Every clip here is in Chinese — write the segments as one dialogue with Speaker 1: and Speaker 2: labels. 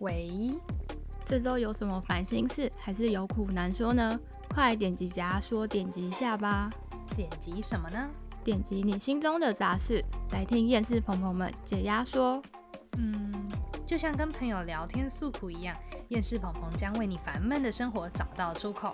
Speaker 1: 喂，
Speaker 2: 这周有什么烦心事，还是有苦难说呢？快点击夹说，点击一下吧！
Speaker 1: 点击什么呢？
Speaker 2: 点击你心中的杂事，来听厌世朋朋们解压说。
Speaker 1: 嗯，就像跟朋友聊天诉苦一样，厌世鹏鹏将为你烦闷的生活找到出口。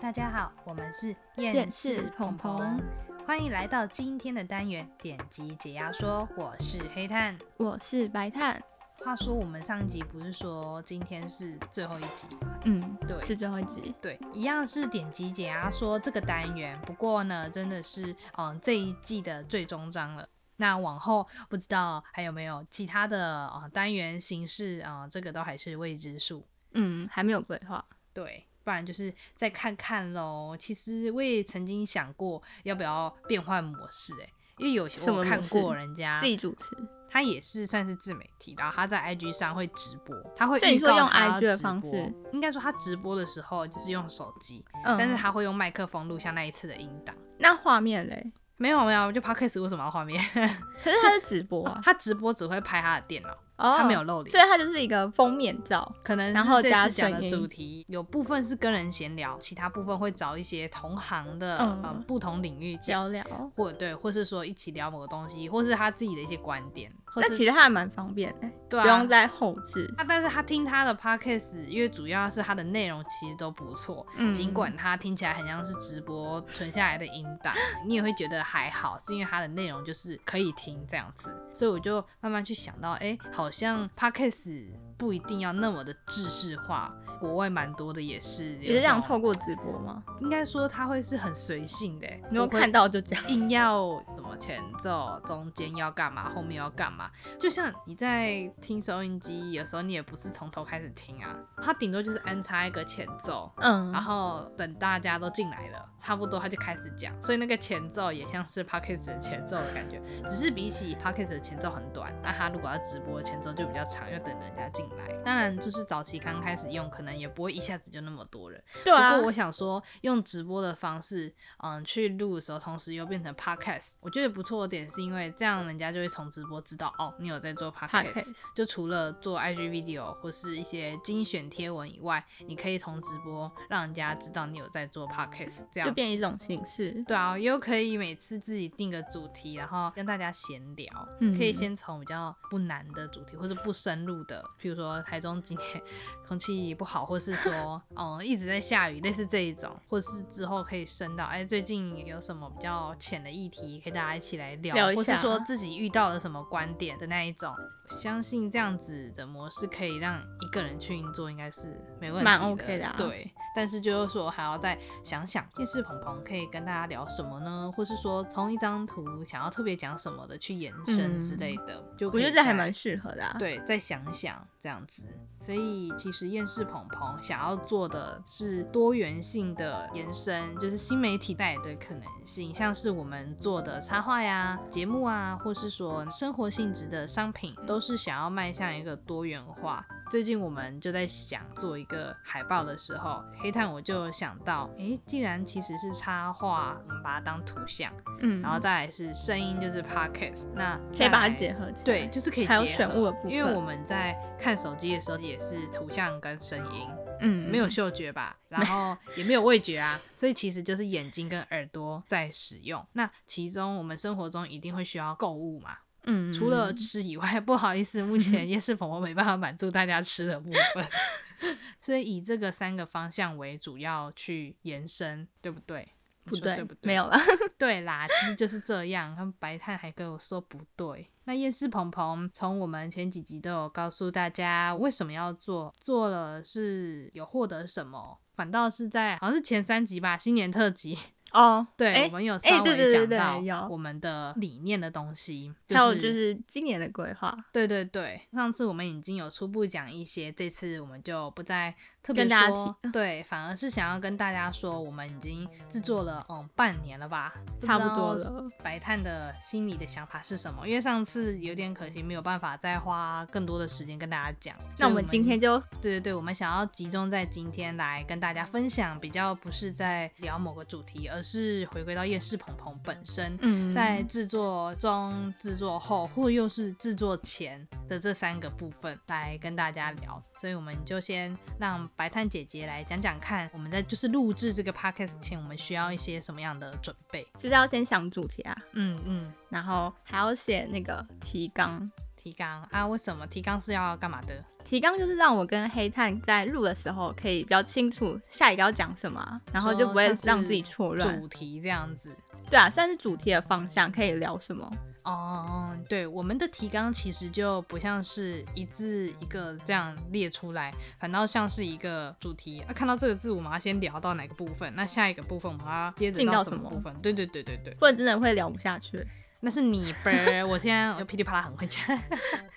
Speaker 1: 大家好，我们是
Speaker 2: 厌世鹏鹏
Speaker 1: 欢迎来到今天的单元点击解压说，我是黑炭。
Speaker 2: 我是白炭，
Speaker 1: 话说我们上一集不是说今天是最后一集吗？
Speaker 2: 嗯，
Speaker 1: 对
Speaker 2: 是最后一集，
Speaker 1: 对，一样是点击解压说这个单元，不过呢，真的是嗯这一季的最终章了。那往后不知道还有没有其他的啊、呃单元形式啊、呃这个都还是未知数。
Speaker 2: 嗯，还没有规划，
Speaker 1: 对，不然就是再看看喽。其实我也曾经想过要不要变换模式、欸，因为有些
Speaker 2: 什么
Speaker 1: 我看
Speaker 2: 模式
Speaker 1: 过人家
Speaker 2: 自，己主持，
Speaker 1: 他也是算是自媒体，然后他在 IG 上会直播，他会
Speaker 2: 所以你
Speaker 1: 预
Speaker 2: 说
Speaker 1: 告
Speaker 2: 用
Speaker 1: 他要
Speaker 2: IG 的
Speaker 1: 直
Speaker 2: 方
Speaker 1: 播
Speaker 2: 式，
Speaker 1: 应该说他直播的时候就是用手机，
Speaker 2: 嗯，
Speaker 1: 但是他会用麦克风录下那一次的音档。
Speaker 2: 那画面嘞？
Speaker 1: 没有没有，就 podcast 为什么要画面？
Speaker 2: 可是他是直播 啊，
Speaker 1: 他直播只会拍他的电脑，
Speaker 2: 哦
Speaker 1: 他没有，露脸。
Speaker 2: 所以他就是一个封面照，
Speaker 1: 可能是
Speaker 2: 然后
Speaker 1: 这次
Speaker 2: 加
Speaker 1: 讲
Speaker 2: 声
Speaker 1: 的
Speaker 2: 音
Speaker 1: 主题有部分是跟人闲聊，其他部分会找一些同行的、
Speaker 2: 嗯
Speaker 1: 呃不同领域讲，
Speaker 2: 聊聊。
Speaker 1: 或对，或是说一起聊某个东西，或是他自己的一些观点。或
Speaker 2: 那
Speaker 1: 是
Speaker 2: 其实他还蛮方便的，
Speaker 1: 对啊，
Speaker 2: 不用再后置。
Speaker 1: 他但是他听他的 podcast，因为主要是他的内容其实都不错，
Speaker 2: 嗯
Speaker 1: 尽管他听起来很像是直播存下来的音档， 你也会觉得还好，是因为它的内容就是可以听这样子，所以我就慢慢去想到，哎、好像 podcast 不一定要那么的制式化，国外蛮多的也是，
Speaker 2: 你是
Speaker 1: 这
Speaker 2: 想
Speaker 1: 样
Speaker 2: 透，过直播吗？
Speaker 1: 应该说它会是很随性的、欸，
Speaker 2: 你有
Speaker 1: 不会
Speaker 2: 看到就讲。
Speaker 1: 硬要什么前奏，中间要干嘛，后面要干嘛？就像你在听收音机，有时候你也不是从头开始听啊，它顶多就是安插一个前奏，
Speaker 2: 嗯
Speaker 1: 然后等大家都进来了，差不多他就开始讲，所以那个前奏也像是 p o c k e t 的前奏的感觉，只是比起 p o c k e t 的前奏很短，那他如果要直播的前奏就比较长，要等人家进来。当然，就是早期刚开始用，可能也不会一下子就那么多人。
Speaker 2: 对啊
Speaker 1: 不过，我想说，用直播的方式，嗯，去录的时候，同时又变成 podcast，我觉得不错的点是因为这样人家就会从直播知道哦，你有在做 podcast，,
Speaker 2: Podcast
Speaker 1: 就除了做 IG video 或是一些精选贴文以外，你可以从直播让人家知道你有在做 podcast，这
Speaker 2: 就
Speaker 1: 样。
Speaker 2: 变一种形式。
Speaker 1: 对啊，又可以每次自己定个主题，然后跟大家闲聊，
Speaker 2: 嗯
Speaker 1: 可以先从比较不难的主题，或是不深入的，比如说台中今天空气不好，或是 说嗯一直在下雨，类似这一种，或是之后可以深到哎最近有什么比较浅的议题，可以大家一起来聊，
Speaker 2: 聊一
Speaker 1: 或是
Speaker 2: 下
Speaker 1: 说自己遇到了什么观点的那一种。相信这样子的模式可以让一个人去运作，应该是没问题的，
Speaker 2: 蛮 OK 的啊
Speaker 1: 对。但是就是说还要再想想，夜市鹏鹏可以跟大家聊什么呢？或是说同一张图想要特别讲什么的去延伸
Speaker 2: 嗯
Speaker 1: 之类的，就可
Speaker 2: 我
Speaker 1: 以
Speaker 2: 觉得这还
Speaker 1: 再
Speaker 2: 蛮适合的啊。，
Speaker 1: 对，再想想这样子。所以其实厌世鹏鹏想要做的是多元性的延伸，就是新媒体带来的可能性，像是我们做的插画呀、节目啊，或是说生活性质的商品，都是想要迈向一个多元化。最近我们就在想做一个海报的时候，黑炭我就想到，诶，既然其实是插画，我们把它当图像，
Speaker 2: 嗯，
Speaker 1: 然后再来是声音，就是 podcast，那
Speaker 2: 可以把它
Speaker 1: 再来
Speaker 2: 结合起来。
Speaker 1: 对，，就是可以
Speaker 2: 还有
Speaker 1: 结合
Speaker 2: 选物的部分
Speaker 1: 因为我们在看手机的时候也是图像跟声音，
Speaker 2: 嗯，
Speaker 1: 没有嗅觉吧，然后也没有味觉啊，所以其实就是眼睛跟耳朵在使用。那其中我们生活中一定会需要购物嘛，
Speaker 2: 嗯，
Speaker 1: 除了吃以外， 不好意思，目前夜市婆婆没办法满足大家吃的部分， 所以以这个三个方向为主要去延伸，对不对？你
Speaker 2: 不
Speaker 1: 说
Speaker 2: 对，
Speaker 1: 对不对？
Speaker 2: 没有啦。
Speaker 1: 对啦，其实就是这样。他们白炭还跟我说不对。那夜市鹏鹏从我们前几集都有告诉大家为什么要做，做了是有获得什么，反倒是在好像是前三集吧，新年特辑，
Speaker 2: 哦，
Speaker 1: 对、
Speaker 2: 哎
Speaker 1: 我们有
Speaker 2: 哎
Speaker 1: 稍
Speaker 2: 对对
Speaker 1: 微
Speaker 2: 对
Speaker 1: 讲
Speaker 2: 对
Speaker 1: 到
Speaker 2: 有
Speaker 1: 我们的理念的东西，
Speaker 2: 还有就是今年的规划，
Speaker 1: 对对对，上次我们已经有初步讲一些，这次我们就不再特别
Speaker 2: 跟大家
Speaker 1: 说
Speaker 2: 提 嗯
Speaker 1: 对，反而是想要跟大家说，我们已经制作了嗯半年了吧，
Speaker 2: 差不
Speaker 1: 知道
Speaker 2: 多了。
Speaker 1: 白炭的心里的想法是什么？因为上次有点可惜，没有办法再花更多的时间跟大家讲。所
Speaker 2: 那
Speaker 1: 以
Speaker 2: 我们今天就
Speaker 1: 对对对，我们想要集中在今天来跟大家分享，比较不是在聊某个主题，而是回归到夜市鹏鹏本身。
Speaker 2: 嗯
Speaker 1: 在制作中、制作后，或又是制作前的这三个部分来跟大家聊，所以我们就先让白炭姐姐来讲讲看，我们在就是录制这个 podcast 前，我们需要一些什么样的准备？
Speaker 2: 就是要先想主题啊，
Speaker 1: 嗯嗯，
Speaker 2: 然后还要写那个提纲。
Speaker 1: 提纲啊，为什么提纲是要干嘛的？
Speaker 2: 提纲就是让我跟黑炭在录的时候可以比较清楚下一个要讲什么啊，然后就不会
Speaker 1: 说哦像
Speaker 2: 让
Speaker 1: 是
Speaker 2: 自己错乱。
Speaker 1: 主题这样子。
Speaker 2: 对啊，算是主题的方向，可以聊什么？
Speaker 1: 哦，对，我们的提纲其实就不像是一字一个这样列出来，反倒像是一个主题。啊、看到这个字，我们要先聊到哪个部分？那下一个部分我们要接着
Speaker 2: 进到
Speaker 1: 什
Speaker 2: 什
Speaker 1: 么
Speaker 2: 么
Speaker 1: 部分？对对对对对，
Speaker 2: 不然真的会聊不下去。
Speaker 1: 那是 你呗。我现在噼里啪啦很会讲。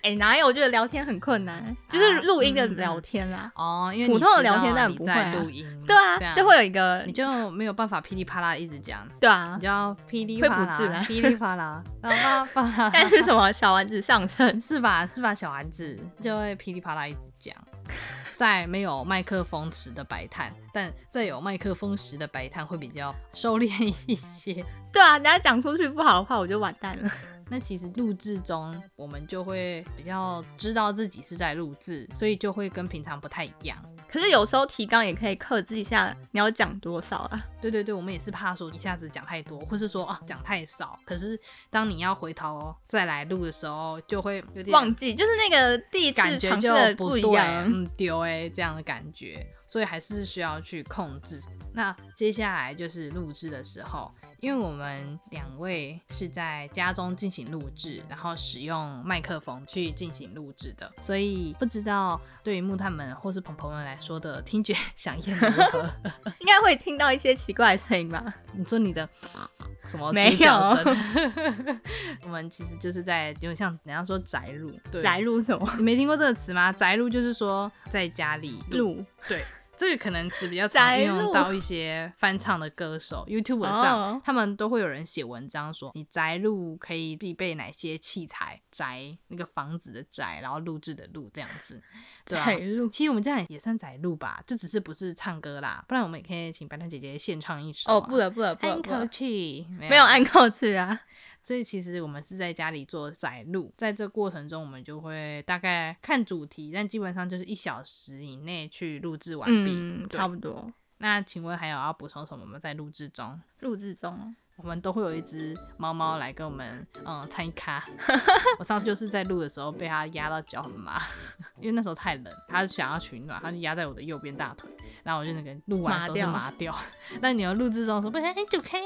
Speaker 2: 哎、哪有？我觉得聊天很困难，就是
Speaker 1: 啊
Speaker 2: 录音的
Speaker 1: 嗯嗯
Speaker 2: 聊天啦。
Speaker 1: 哦，因为
Speaker 2: 普
Speaker 1: 你
Speaker 2: 通的
Speaker 1: 知
Speaker 2: 聊
Speaker 1: 道
Speaker 2: 天但
Speaker 1: 你
Speaker 2: 不
Speaker 1: 在
Speaker 2: 会啊
Speaker 1: 录音，
Speaker 2: 对
Speaker 1: 这
Speaker 2: 啊，
Speaker 1: 样
Speaker 2: 就会有一个
Speaker 1: 嗯你就没有办法噼里啪啦一直讲，
Speaker 2: 对啊
Speaker 1: 你，就要噼里啪
Speaker 2: 会不自
Speaker 1: 啦
Speaker 2: 然
Speaker 1: 噼里啪 啦，然后啪啦
Speaker 2: 但是什么小丸子上身，
Speaker 1: 是吧？是吧？小丸子就会噼里啪啦一直讲， 在没有麦克风时的白炭，但在有麦克风时的白炭会比较收敛一些。
Speaker 2: 对啊，人家讲出去不好的话，我就完蛋了。
Speaker 1: 那其实录制中，我们就会比较知道自己是在录制，所以就会跟平常不太一样。
Speaker 2: 可是有时候提纲也可以克制一下，你要讲多少啊？
Speaker 1: 对对对，我们也是怕说一下子讲太多，或是说啊讲太少。可是当你要回头再来录的时候，就会有点
Speaker 2: 忘记，就是那个第一次
Speaker 1: 啊感觉
Speaker 2: 尝试
Speaker 1: 就
Speaker 2: 的
Speaker 1: 不
Speaker 2: 一
Speaker 1: 对，
Speaker 2: 样。
Speaker 1: 嗯，丢哎、这样的感觉，所以还是需要去控制。那接下来就是录制的时候，因为我们两位是在家中进行录制，然后使用麦克风去进行录制的，所以不知道对于木炭们或是朋朋们来说的听觉 响应如何？
Speaker 2: 应该会听到一些奇怪的声音吧？
Speaker 1: 你说你的什么
Speaker 2: 没
Speaker 1: 猪叫 声？ 我们其实就是在有点像人家说宅录，对
Speaker 2: 来录什么
Speaker 1: 你没听过这个词吗？宅录就是说在家里录，
Speaker 2: 录？
Speaker 1: 这个可能词比较常
Speaker 2: 宅
Speaker 1: 应
Speaker 2: 录
Speaker 1: 用到一些翻唱的歌手，YouTube 上、
Speaker 2: 哦
Speaker 1: 他们都会有人写文章说，你宅录可以必备哪些器材？宅那个房子的宅，然后录制的录这样子，对啊
Speaker 2: 来。录？
Speaker 1: 其实我们这样也算宅录吧，就只是不是唱歌啦，不然我们也可以请白炭姐姐献唱一首、啊
Speaker 2: 哦，不，了不了不了
Speaker 1: 安
Speaker 2: 不了
Speaker 1: 口，气
Speaker 2: 没有按过去啊。
Speaker 1: 所以其实我们是在家里做载录，在这过程中我们就会大概看主题，但基本上就是一小时以内去录制完毕。
Speaker 2: 嗯，
Speaker 1: 对
Speaker 2: 差不多。
Speaker 1: 那请问还有要补充什么吗？在录制中，
Speaker 2: 录制中，哦
Speaker 1: 我们都会有一只猫猫来跟我们嗯参与 咖。我上次就是在录的时候被它压到脚很麻， 因为那时候太冷，它想要取暖，它就压在我的右边大腿，然后我就那个录完的时候就麻
Speaker 2: 麻
Speaker 1: 掉。 那你要录制中说不行，哎，走开。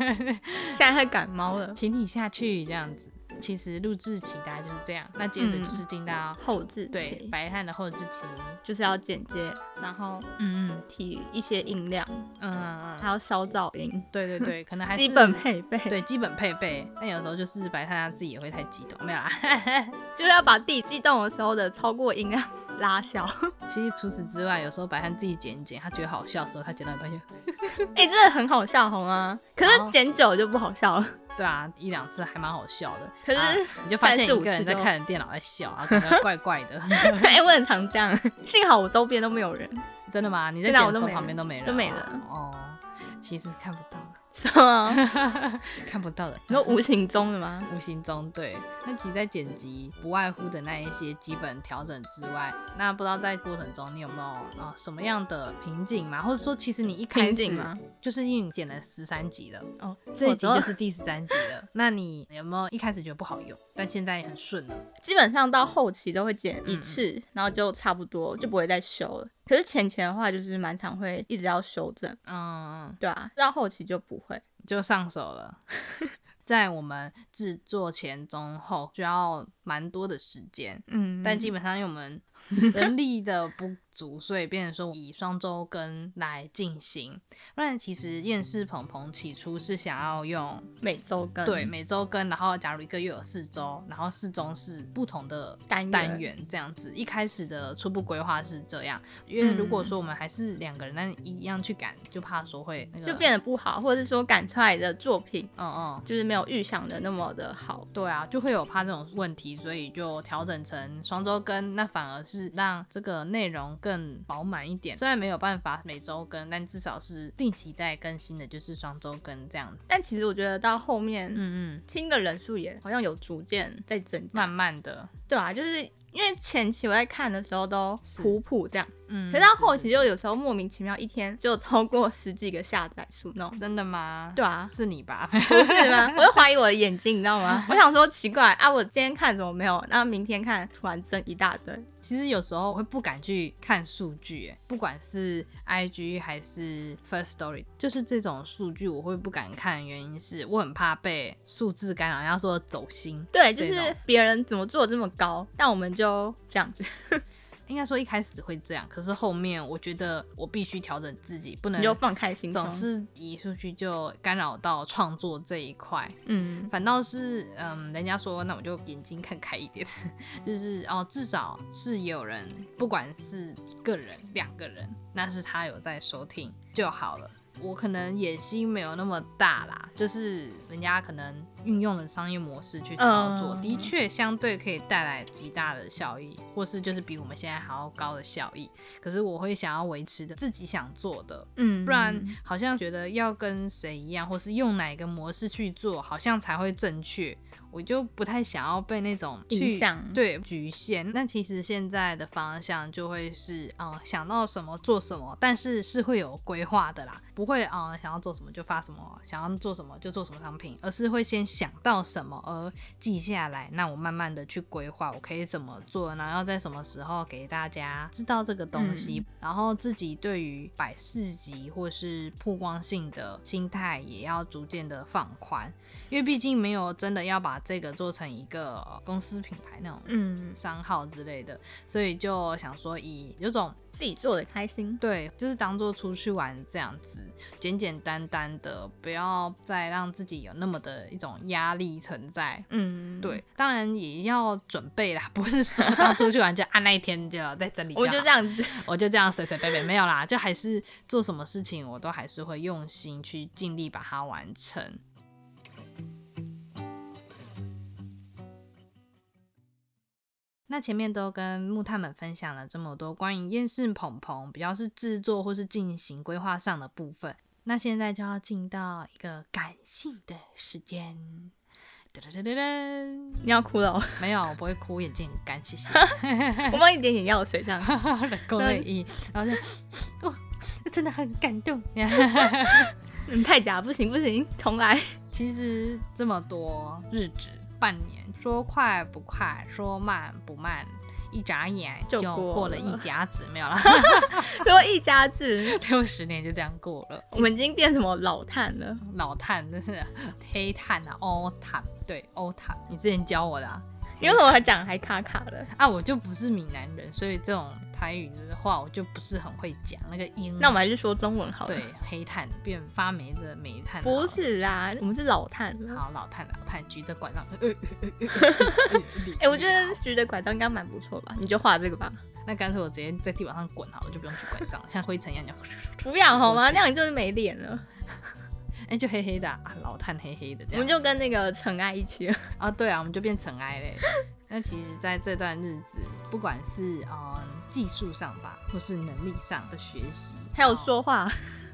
Speaker 2: 现在会感冒了。
Speaker 1: 请你下去这样子。其实录制期大概就是这样，那接着就是进到、
Speaker 2: 后置
Speaker 1: 对
Speaker 2: 期
Speaker 1: 白炭的后置期，
Speaker 2: 就是要剪接，然后
Speaker 1: 嗯嗯
Speaker 2: 提一些音量，
Speaker 1: 嗯嗯，
Speaker 2: 还要消噪音，
Speaker 1: 对对对，可能还是
Speaker 2: 基本配备，
Speaker 1: 对基本配备，但有时候就是白炭他自己也会太激动，没有啦。
Speaker 2: 就是要把自己激动的时候的超过音量 拉小。
Speaker 1: 其实除此之外，有时候白炭自己剪一剪，他觉得好笑的时候，他剪到一半就
Speaker 2: 哎、真的很好笑，红啊！可
Speaker 1: 好
Speaker 2: 是剪久了就不好笑 了。
Speaker 1: 对啊，一两次还蛮好笑的。
Speaker 2: 可是
Speaker 1: 啊你就发现
Speaker 2: 三四
Speaker 1: 一
Speaker 2: 五
Speaker 1: 个人
Speaker 2: 次
Speaker 1: 在
Speaker 2: 就
Speaker 1: 看着电脑在笑，然后感觉怪怪 的。
Speaker 2: 哎、我很常这样， 幸好我周边都没有人。
Speaker 1: 真的吗？你在
Speaker 2: 电脑
Speaker 1: 剪的时
Speaker 2: 啊都
Speaker 1: 候
Speaker 2: 没
Speaker 1: 旁
Speaker 2: 了
Speaker 1: 边都没人，
Speaker 2: 都没了
Speaker 1: 哦。其实看不到，
Speaker 2: 什 么？
Speaker 1: 看不到的。
Speaker 2: 你说无形中的吗？
Speaker 1: 无形中对。那其实，在剪辑不外乎的那一些基本调整之外，那不知道在过程中你有没有啊、呃什么样的瓶颈嘛？或者说，其实你一开
Speaker 2: 瓶
Speaker 1: 始
Speaker 2: 颈吗？
Speaker 1: 就是因为你剪了十三集了，
Speaker 2: 哦，
Speaker 1: 这一集就
Speaker 2: 我都
Speaker 1: 是第十三集了。那你有没有一开始觉得不好用，但现在也很顺了？
Speaker 2: 基本上到后期都会剪
Speaker 1: 嗯
Speaker 2: 一次，然后就差不多就不会再修了。可是前前的话，就是蛮常会一直要修正，
Speaker 1: 嗯，
Speaker 2: 对啊，到后期就不会。
Speaker 1: 就上手了。 在我们制作前、中、后需要蛮多的时间，
Speaker 2: 嗯
Speaker 1: 但基本上因为我们人力的不足，所以变成说以双周更来进行。不然其实厌世鹏鹏起初是想要用呃
Speaker 2: 每周更，
Speaker 1: 对，每周更，然后假如一个月有四周，然后四周是不同的
Speaker 2: 单元
Speaker 1: 单元这样子。一开始的初步规划是这样，因为如果
Speaker 2: 嗯
Speaker 1: 说我们还是两个人，但一样去赶，就怕说会那个，
Speaker 2: 就变得不好，或者是说赶出来的作品
Speaker 1: 嗯嗯。
Speaker 2: 就是没有预想的那么的好。
Speaker 1: 对啊，就会有怕这种问题，所以就调整成双周更，那反而是让这个内容更饱满一点。虽然没有办法每周更，但至少是定期在更新的，就是双周更这样子。
Speaker 2: 但其实我觉得到后面，
Speaker 1: 嗯嗯，
Speaker 2: 听的人数也好像有逐渐在增加，
Speaker 1: 慢慢的，
Speaker 2: 对啊，就是因为前期我在看的时候都
Speaker 1: 是
Speaker 2: 普普这样，
Speaker 1: 嗯，
Speaker 2: 可是到后期就有时候莫名其妙一天就超 过十几个下载数那种。
Speaker 1: 真的吗？
Speaker 2: 对啊，
Speaker 1: 是你吧？
Speaker 2: 不 是吗？我就怀疑我的眼睛，你知道吗？我想说奇怪啊，我今天看怎么没有，然后明天看突然增一大堆。
Speaker 1: 其实有时候我会不敢去看数据，哎不管是 IG 还是 First Story，就是这种数据我会不敢看，原因是我很怕被数字干扰，人家说走心。
Speaker 2: 对，就
Speaker 1: 这种
Speaker 2: 是别人怎么做这么高，但我们就这样子，
Speaker 1: 应该说一开始会这样，可是后面我觉得我必须调整自己，不能
Speaker 2: 你就放开心胸。
Speaker 1: 总是以数据就干扰到创作这一块。
Speaker 2: 嗯，
Speaker 1: 反倒是，嗯，人家说那我就眼睛看开一点， 就是哦，至少是有人，不管是一个人、两个人，那是他有在收听就好了。我可能野心没有那么大啦，就是人家可能运用了商业模式去操作，
Speaker 2: 嗯
Speaker 1: 的确相对可以带来极大的效益，或是就是比我们现在还要高的效益。可是我会想要维持的自己想做的，
Speaker 2: 嗯，
Speaker 1: 不然好像觉得要跟谁一样，或是用哪个模式去做，好像才会正确。我就不太想要被那种去
Speaker 2: 影响
Speaker 1: 对局限。那其实现在的方向就会是，嗯、想到什么做什么，但是是会有规划的啦，不会，嗯、想要做什么就发什么，想要做什么就做什么商品，而是会先想到什么而记下来，那我慢慢的去规划，我可以怎么做，然后在什么时候给大家知道这个东西，然后自己对于百事级或是曝光性的心态也要逐渐的放宽，因为毕竟没有真的要把这个做成一个呃公司品牌那种
Speaker 2: 嗯，
Speaker 1: 商号之类的，所以就想说以有种
Speaker 2: 自己做的开心。
Speaker 1: 对，就是当做出去玩这样子，简简单单的，不要再让自己有那么的一种压力存在。
Speaker 2: 嗯，
Speaker 1: 对，当然也要准备啦， 不是说当出去玩就按那一天就要在整理。
Speaker 2: 我就这，样子。
Speaker 1: 我就这样随随便便没有啦，就还是做什么事情我都还是会用心去尽力把它完成。那前面都跟木炭们分享了这么多关于厌世捧捧，比较是制作或是进行规划上的部分。那现在就要进到一个感性的时间，噔噔噔噔噔，
Speaker 2: 你要哭了哦，
Speaker 1: 没有，我不会哭，我眼睛很干，谢 谢。
Speaker 2: 我帮你点眼药水这样。
Speaker 1: 够内衣，然后就 哦， 真的很感动。
Speaker 2: 嗯，太假，不行不行，重来。
Speaker 1: 其实这么多日子，半年，说快不快，说慢不慢，一眨眼
Speaker 2: 就过了
Speaker 1: 过了一甲子，没有 啦，
Speaker 2: 说一家子，
Speaker 1: 六十年就这样过了。
Speaker 2: 我们已经变什么老炭了？
Speaker 1: 老炭真是黑炭啊，欧炭，对，欧炭，你之前教我的啊，
Speaker 2: 你为什么还讲还卡卡的？
Speaker 1: 啊我就不是闽南人，所以这种台语的话我就不是很会讲那个音。
Speaker 2: 那我们还是说中文好了。
Speaker 1: 对，黑炭变发霉的煤炭，
Speaker 2: 不是啊，我们是老炭了。
Speaker 1: 好，老太老太举着拐杖，呃呃呃呃呃
Speaker 2: 哎、我觉得举的拐杖应该蛮不错吧？你就画这个吧，
Speaker 1: 那干脆我直接在地板上滚好了，就不用举拐杖了，像灰尘一样这样。
Speaker 2: 不要好吗？那样你就是没脸了。
Speaker 1: 哎、就黑黑的啊，啊老炭黑黑的这
Speaker 2: 我
Speaker 1: 样。
Speaker 2: 们就跟那个尘埃一起了。
Speaker 1: 啊，对啊，我们就变尘埃嘞。那其实，在这段日子，不管是嗯技术上吧，或是能力上的学习，
Speaker 2: 还有
Speaker 1: 哦
Speaker 2: 说话，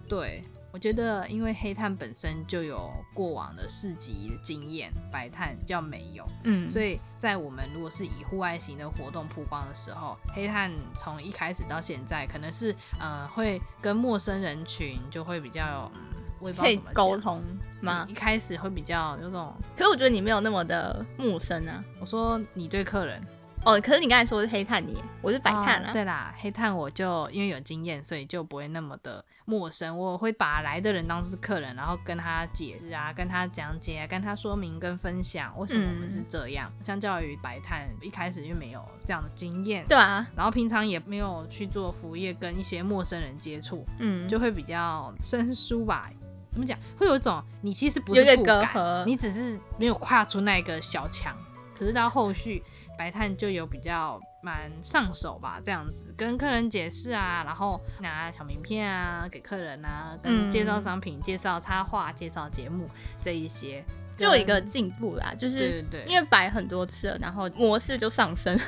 Speaker 1: 对，我觉得因为黑炭本身就有过往的市集经验，白炭比较没有。
Speaker 2: 嗯
Speaker 1: 所
Speaker 2: 以
Speaker 1: 以在我们如果是以户外型的活动曝光的时候，黑炭从一开始到现在，可能是呃会跟陌生人群就会比较，嗯、我也不
Speaker 2: 可
Speaker 1: 知道
Speaker 2: 以
Speaker 1: 怎么
Speaker 2: 沟
Speaker 1: 讲
Speaker 2: 通吗
Speaker 1: 嗯一？开始会比较有种，
Speaker 2: 可是我觉得你没有那么的陌生啊。
Speaker 1: 我说你对客人，
Speaker 2: 哦，可是你刚才说的是黑炭泥，我是白炭
Speaker 1: 哦
Speaker 2: 啊。
Speaker 1: 对啦，黑炭我就因为有经验，所以就不会那么的陌生。我会把来的人当是客人，然后跟他解释啊，跟他讲解啊，跟他说明跟分享为什么我们是
Speaker 2: 嗯
Speaker 1: 这样。相较于白炭，一开始就没有这样的经验。
Speaker 2: 对啊，
Speaker 1: 然后平常也没有去做服务业，跟一些陌生人接触，
Speaker 2: 嗯，
Speaker 1: 就会比较生疏吧。怎么讲？会有一种你其实不
Speaker 2: 有
Speaker 1: 是
Speaker 2: 点
Speaker 1: 不
Speaker 2: 隔
Speaker 1: 敢，
Speaker 2: 阂
Speaker 1: 你只是没有跨出那个小墙。可是到后续，白炭就有比较蛮上手吧，这样子跟客人解释啊，然后拿小名片啊给客人啊，跟
Speaker 2: 嗯
Speaker 1: 介绍商品、介绍插画、介绍节目这一些，
Speaker 2: 就有一个
Speaker 1: 跟
Speaker 2: 进步啦，就
Speaker 1: 对对
Speaker 2: 是
Speaker 1: 对，
Speaker 2: 因为白很多次了，然后模式就上升。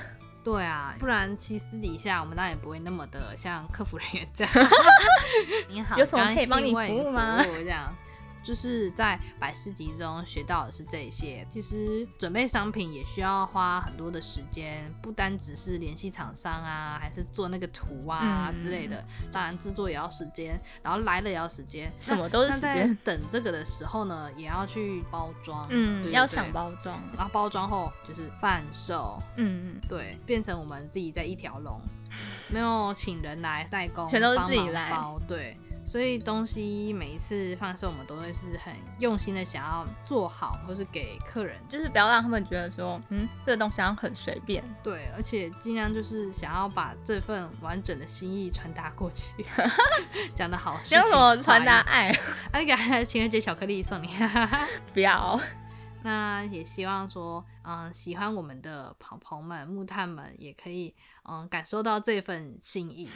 Speaker 1: 对啊，不然其实私底下我们当然也不会那么的像客服人员 这样。你好，
Speaker 2: 有什么
Speaker 1: 刚刚
Speaker 2: 可以帮你
Speaker 1: 是为
Speaker 2: 服务吗
Speaker 1: 服务这样。就是在百事集中学到的是这些，其实准备商品也需要花很多的时间，不单只是联系厂商啊，还是做那个图啊、
Speaker 2: 嗯
Speaker 1: 之类的。当然制作也要时间，然后来了也要时间，
Speaker 2: 什么都是
Speaker 1: 那
Speaker 2: 时
Speaker 1: 那在
Speaker 2: 间
Speaker 1: 等这个的时候呢，也要去包装，对
Speaker 2: 嗯，
Speaker 1: 对
Speaker 2: 要
Speaker 1: 对
Speaker 2: 想，包装。
Speaker 1: 然后包装后就是贩售，
Speaker 2: 嗯，
Speaker 1: 对，变成我们自己在一条龙，没有请人来代工，
Speaker 2: 全都是
Speaker 1: 帮
Speaker 2: 自己
Speaker 1: 忙
Speaker 2: 来
Speaker 1: 包，对。所以东西每一次贩售，我们都会是很用心的想要做好，或是给客人。
Speaker 2: 就是不要让他们觉得说，嗯，这个东西好像很随便。
Speaker 1: 对，而且尽量就是想要把这份完整的心意传达过去， 讲的好。
Speaker 2: 你要什么传达？爱？
Speaker 1: 哎呀，情人节巧克力送你。
Speaker 2: 不要。
Speaker 1: 那也希望说，嗯，喜欢我们的跑跑们、木炭们也可以，嗯，感受到这份心意。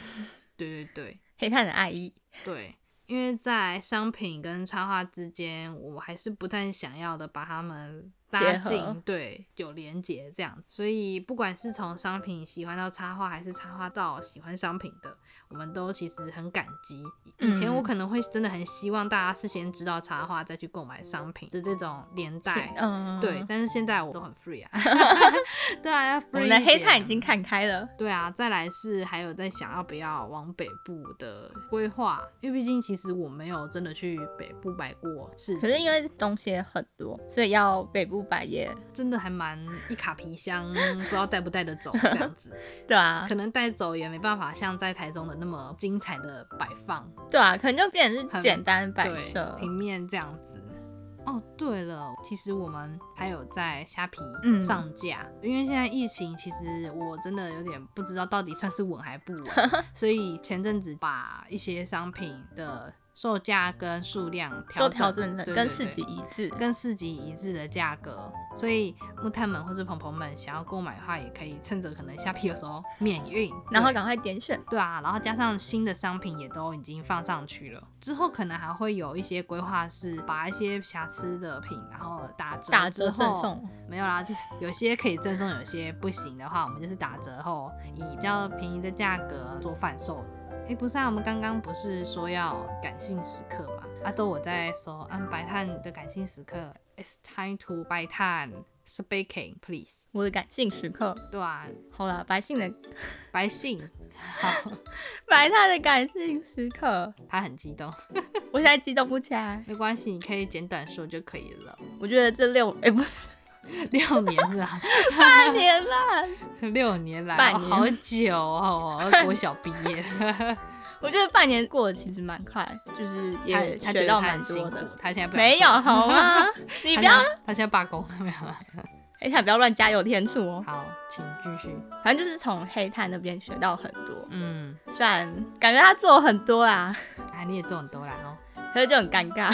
Speaker 1: 对对对。
Speaker 2: 黑炭的爱意。
Speaker 1: 对，因为在商品跟插画之间，我还是不太想要的把它们拉
Speaker 2: 结合
Speaker 1: 近，对，有连接这样。所以不管是从商品喜欢到插画，还是插画到喜欢商品的，我们都其实很感激。以前我
Speaker 2: 嗯
Speaker 1: 可能会真的很希望大家事先知道插画再去购买商品的这种连带。
Speaker 2: 嗯，
Speaker 1: 对，但是现在我都很 free 啊， 对啊，要 free
Speaker 2: 我们的
Speaker 1: 一
Speaker 2: 黑
Speaker 1: 点
Speaker 2: 炭已经看开了。
Speaker 1: 对啊，再来是还有在想要不要往北部的规划，因为毕竟其实我没有真的去北部摆过市集，
Speaker 2: 可是因为东西也很多，所以要北部摆也
Speaker 1: 真的还蛮一卡皮箱，不知道带不带得走这样 子，
Speaker 2: 对啊
Speaker 1: 可，能带走也没办法像在台中的那么精彩的摆放，
Speaker 2: 对啊，可能就变成
Speaker 1: 很
Speaker 2: 是简单摆
Speaker 1: 对
Speaker 2: 设。
Speaker 1: 平面这样子。哦，对了，其实我们还有在虾皮
Speaker 2: 嗯
Speaker 1: 上架，因为现在疫情，其实我真的有点不知道到底算是稳还不 稳，所以前阵子把一些商品的售价跟数量调
Speaker 2: 都调整成
Speaker 1: 对
Speaker 2: 跟
Speaker 1: 对
Speaker 2: 市
Speaker 1: 对
Speaker 2: 集一致，
Speaker 1: 跟市集一致的价格，所以木炭们或是朋朋们想要购买的话，也可以趁着可能虾皮有时候免运，
Speaker 2: 然后
Speaker 1: 对
Speaker 2: 赶快点选。
Speaker 1: 对啊，然后加上新的商品也都已经放上去了，之后可能还会有一些规划是把一些瑕疵的品，然后打折
Speaker 2: 打
Speaker 1: 之
Speaker 2: 折
Speaker 1: 后
Speaker 2: 赠，送，
Speaker 1: 没有啦，就是有些可以赠送，有些不行的话，我们就是打折后以比较便宜的价格做贩售。哎，不是啊，我们刚刚不是说要感性时刻嘛？啊，都我在说，按白炭的感性时刻，It's time to 白炭 speaking please。
Speaker 2: 我的感性时刻。
Speaker 1: 对啊，
Speaker 2: 好啦，白性的
Speaker 1: 白性，好，
Speaker 2: 白炭的感性时刻，
Speaker 1: 他很激动。
Speaker 2: 我现在激动不起来。
Speaker 1: 没关系，你可以简短说就可以了。
Speaker 2: 我觉得这六哎、不是
Speaker 1: 六年啦，
Speaker 2: 半年啦，
Speaker 1: 六年来，
Speaker 2: 半
Speaker 1: 哦
Speaker 2: 年
Speaker 1: 好久哦，国小毕业，
Speaker 2: 我觉得半年过得其实蛮快，就是 也
Speaker 1: 他他觉
Speaker 2: 学
Speaker 1: 得
Speaker 2: 到
Speaker 1: 他
Speaker 2: 蛮
Speaker 1: 很辛
Speaker 2: 多
Speaker 1: 苦
Speaker 2: 的。，
Speaker 1: 他现在不想
Speaker 2: 没有
Speaker 1: 做，
Speaker 2: 好吗？你
Speaker 1: 他现
Speaker 2: 不要，
Speaker 1: 在他现在罢工没有了。
Speaker 2: 哎、他不要乱加油添醋哦。
Speaker 1: 好，请继续。
Speaker 2: 反正就是从黑炭那边学到很多，
Speaker 1: 嗯，
Speaker 2: 虽然感觉他做很多啦，
Speaker 1: 啊，你也做很多啦哦。
Speaker 2: 可是就很尴尬。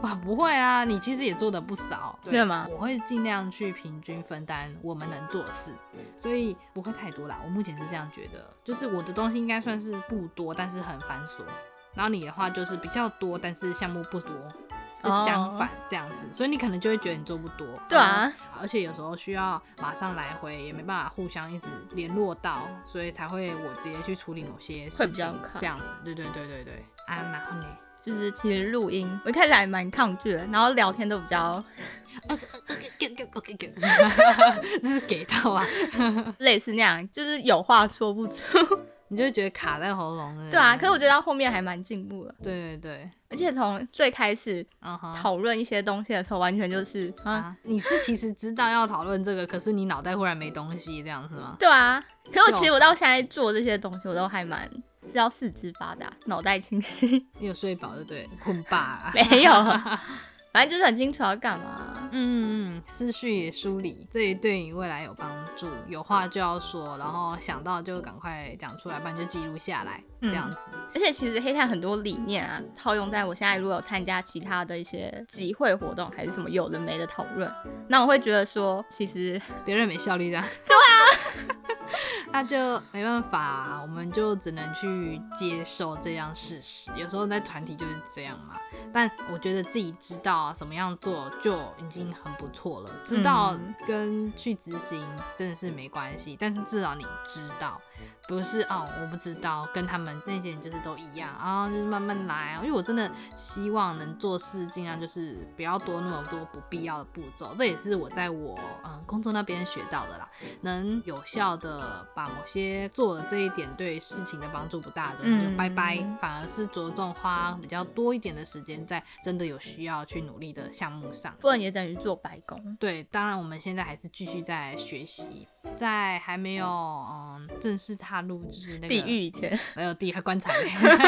Speaker 1: 哇，不会 啊，你其实也做的不少，
Speaker 2: 真的吗
Speaker 1: 我会尽量去平均分担我们能做的事，所以不会太多啦。我目前是这样觉得，就是我的东西应该算是不多，但是很繁琐。然后你的话就是比较多，但是项目不多，就是相反这样子所以你可能就会觉得你做不多。
Speaker 2: 哦对啊，
Speaker 1: 而且有时候需要马上来回，也没办法互相一直联络到，所以才会我直接去处理某些
Speaker 2: 会
Speaker 1: 事
Speaker 2: 比较
Speaker 1: 情，
Speaker 2: 快
Speaker 1: 这样子。对对对对对，啊，然后呢？
Speaker 2: 就是其实录音，我一开始还蛮抗拒的，然后聊天都比较
Speaker 1: 这是给到啊，
Speaker 2: 嗯类似那样，就是有话说不出。
Speaker 1: 你就会觉得卡在喉咙了。
Speaker 2: 对啊，可是我觉得到后面还蛮进步的，
Speaker 1: 对对对，
Speaker 2: 而且从最开始
Speaker 1: 嗯哼。
Speaker 2: 讨论一些东西的时候，完全就是啊，
Speaker 1: 啊，你是其实知道要讨论这个，可是你脑袋忽然没东西，这样是吗？
Speaker 2: 对啊。可是我其实我到现在做这些东西，我都还蛮知道四肢发达，脑袋清晰，
Speaker 1: 你有睡饱就对了，困吧、啊。
Speaker 2: 没有， 反正就是很清楚要干嘛。
Speaker 1: 嗯嗯嗯，思绪也梳理，这也对你未来有帮助。有话就要说，然后想到就赶快讲出来，不然就记录下来，
Speaker 2: 嗯
Speaker 1: 这样子。
Speaker 2: 而且其实黑炭很多理念啊，套用在我现在如果有参加其他的一些集会活动，还是什么有的没的讨论，那我会觉得说，其实
Speaker 1: 别人没效力这样。对啊， 那就没办法、我们就只能去接受这样事实。有时候在团体就是这样嘛。但我觉得自己知道怎么样做就已经很不错了，知道
Speaker 2: 嗯
Speaker 1: 跟去执行真的是没关系，但是至少你知道。不是哦，我不知道，跟他们那些人就是都一样啊、就是慢慢来。因为我真的希望能做事，尽量就是不要多那么多不必要的步骤。这也是我在我嗯工作那边学到的啦，能有效的把某些做了这一点对事情的帮助不大的，
Speaker 2: 嗯
Speaker 1: 就拜拜。反而是着重花比较多一点的时间在真的有需要去努力的项目上。
Speaker 2: 不然也等于做白工。
Speaker 1: 对，当然我们现在还是继续在学习，在还没有嗯正式踏入就是那个
Speaker 2: 地狱以前，
Speaker 1: 没有地还棺材，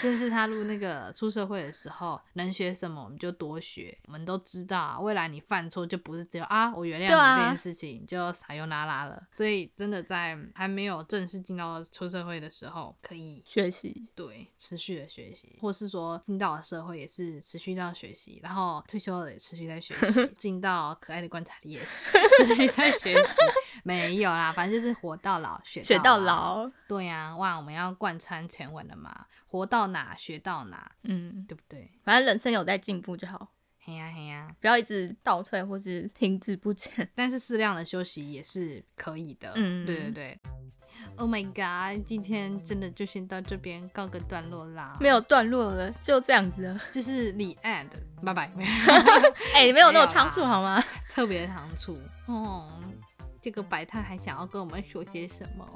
Speaker 1: 正是踏入那个出社会的时候，能学什么我们就多学。我们都知道啊，未来你犯错就不是只有啊，我原谅
Speaker 2: 对啊
Speaker 1: 你这件事情、就撒由那拉了。所以真的在还没有正式进到出社会的时候，可以
Speaker 2: 学习，
Speaker 1: 对持续的学习，或是说进到社会也是持续到学习，然后退休了也持续在学 习，进到可爱的棺材里也持续在学习。 没有啦，反正就是活到老学
Speaker 2: 学到
Speaker 1: 老啊。
Speaker 2: 老。
Speaker 1: 对呀、哇，我们要贯穿全文了嘛，活到哪学到哪，
Speaker 2: 嗯，
Speaker 1: 对不对？
Speaker 2: 反正人生有在进步就好，
Speaker 1: 嘿呀、嘿呀、
Speaker 2: 不要一直倒退或是停滞不前。
Speaker 1: 但是适量的休息也是可以的，
Speaker 2: 嗯
Speaker 1: 对对对。Oh my god，今天真的就先到这边告个段落啦。
Speaker 2: 没有段落了，就这样子了。
Speaker 1: 就是李 and，拜 拜。
Speaker 2: 哎、没有那
Speaker 1: 没有啦
Speaker 2: 么仓促好吗？
Speaker 1: 特别长处哦，这个白炭还想要跟我们说些什么？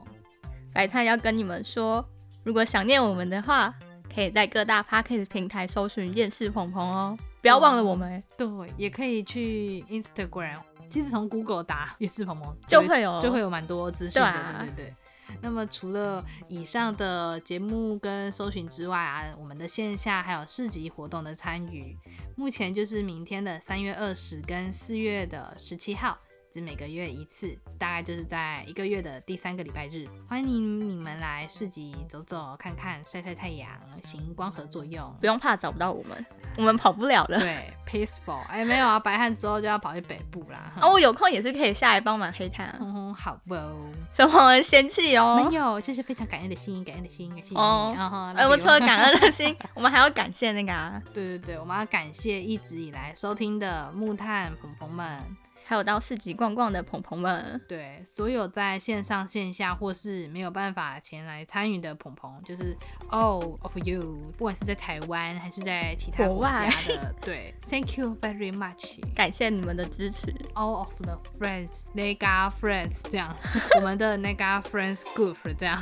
Speaker 2: 白炭要跟你们说，如果想念我们的话，可以在各大 p o c k e t 平台搜寻厌世鹏鹏哦，不要忘了我们、
Speaker 1: 对，也可以去 Instagram，其实从 Google 打也是鹏鹏
Speaker 2: 就会有
Speaker 1: 就会有蛮多资讯
Speaker 2: 对
Speaker 1: 的，
Speaker 2: 啊
Speaker 1: 对对对。那么除了以上的节目跟搜寻之外啊，我们的线下还有市集活动的参与，目前就是明天的三月二十跟四月的十七号，只每个月一次，大概就是在一个月的第三个礼拜日。欢迎你们来市集走走看看，晒晒太阳，行光合作用。
Speaker 2: 不用怕找不到我们，我们跑不了 的。
Speaker 1: 对，peaceful。哎，没有啊，白汉之后就要跑去北部啦。
Speaker 2: 啊，我有空也是可以下来帮忙黑炭、啊，
Speaker 1: 哼哼，好不、哦。
Speaker 2: 什么嫌弃哦
Speaker 1: 没。有，这是非常感恩的心，感恩的心，感谢你。
Speaker 2: 哦
Speaker 1: 然后，
Speaker 2: 哎、我们除了感恩的心，我们还要感谢那个、啊，
Speaker 1: 对对对，我们要感谢一直以来收听的木炭朋朋们，
Speaker 2: 还有到市集逛逛的鹏鹏们。
Speaker 1: 对所有在线上线下或是没有办法前来参与的朋朋，就是 all of you，不管是在台湾还是在其他
Speaker 2: 国
Speaker 1: 国家
Speaker 2: 外
Speaker 1: 的，对，thank you very much。
Speaker 2: 感谢你们的支持，
Speaker 1: All of the friends, nega friends，这样，我们的 nega friends group 这样，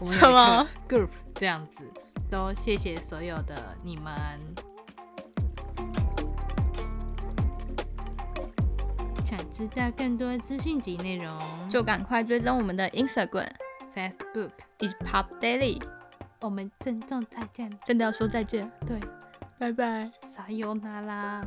Speaker 1: 我们有一
Speaker 2: 什
Speaker 1: 个
Speaker 2: 么
Speaker 1: group 这样子，都谢谢所有的你们。想知道更多资讯及内容，
Speaker 2: 就赶快追踪我们的 Instagram
Speaker 1: Facebook，
Speaker 2: i Pop Daily。
Speaker 1: 我们郑重再见，
Speaker 2: 真的要说再见，
Speaker 1: 对，
Speaker 2: 拜拜。
Speaker 1: 撒由那拉。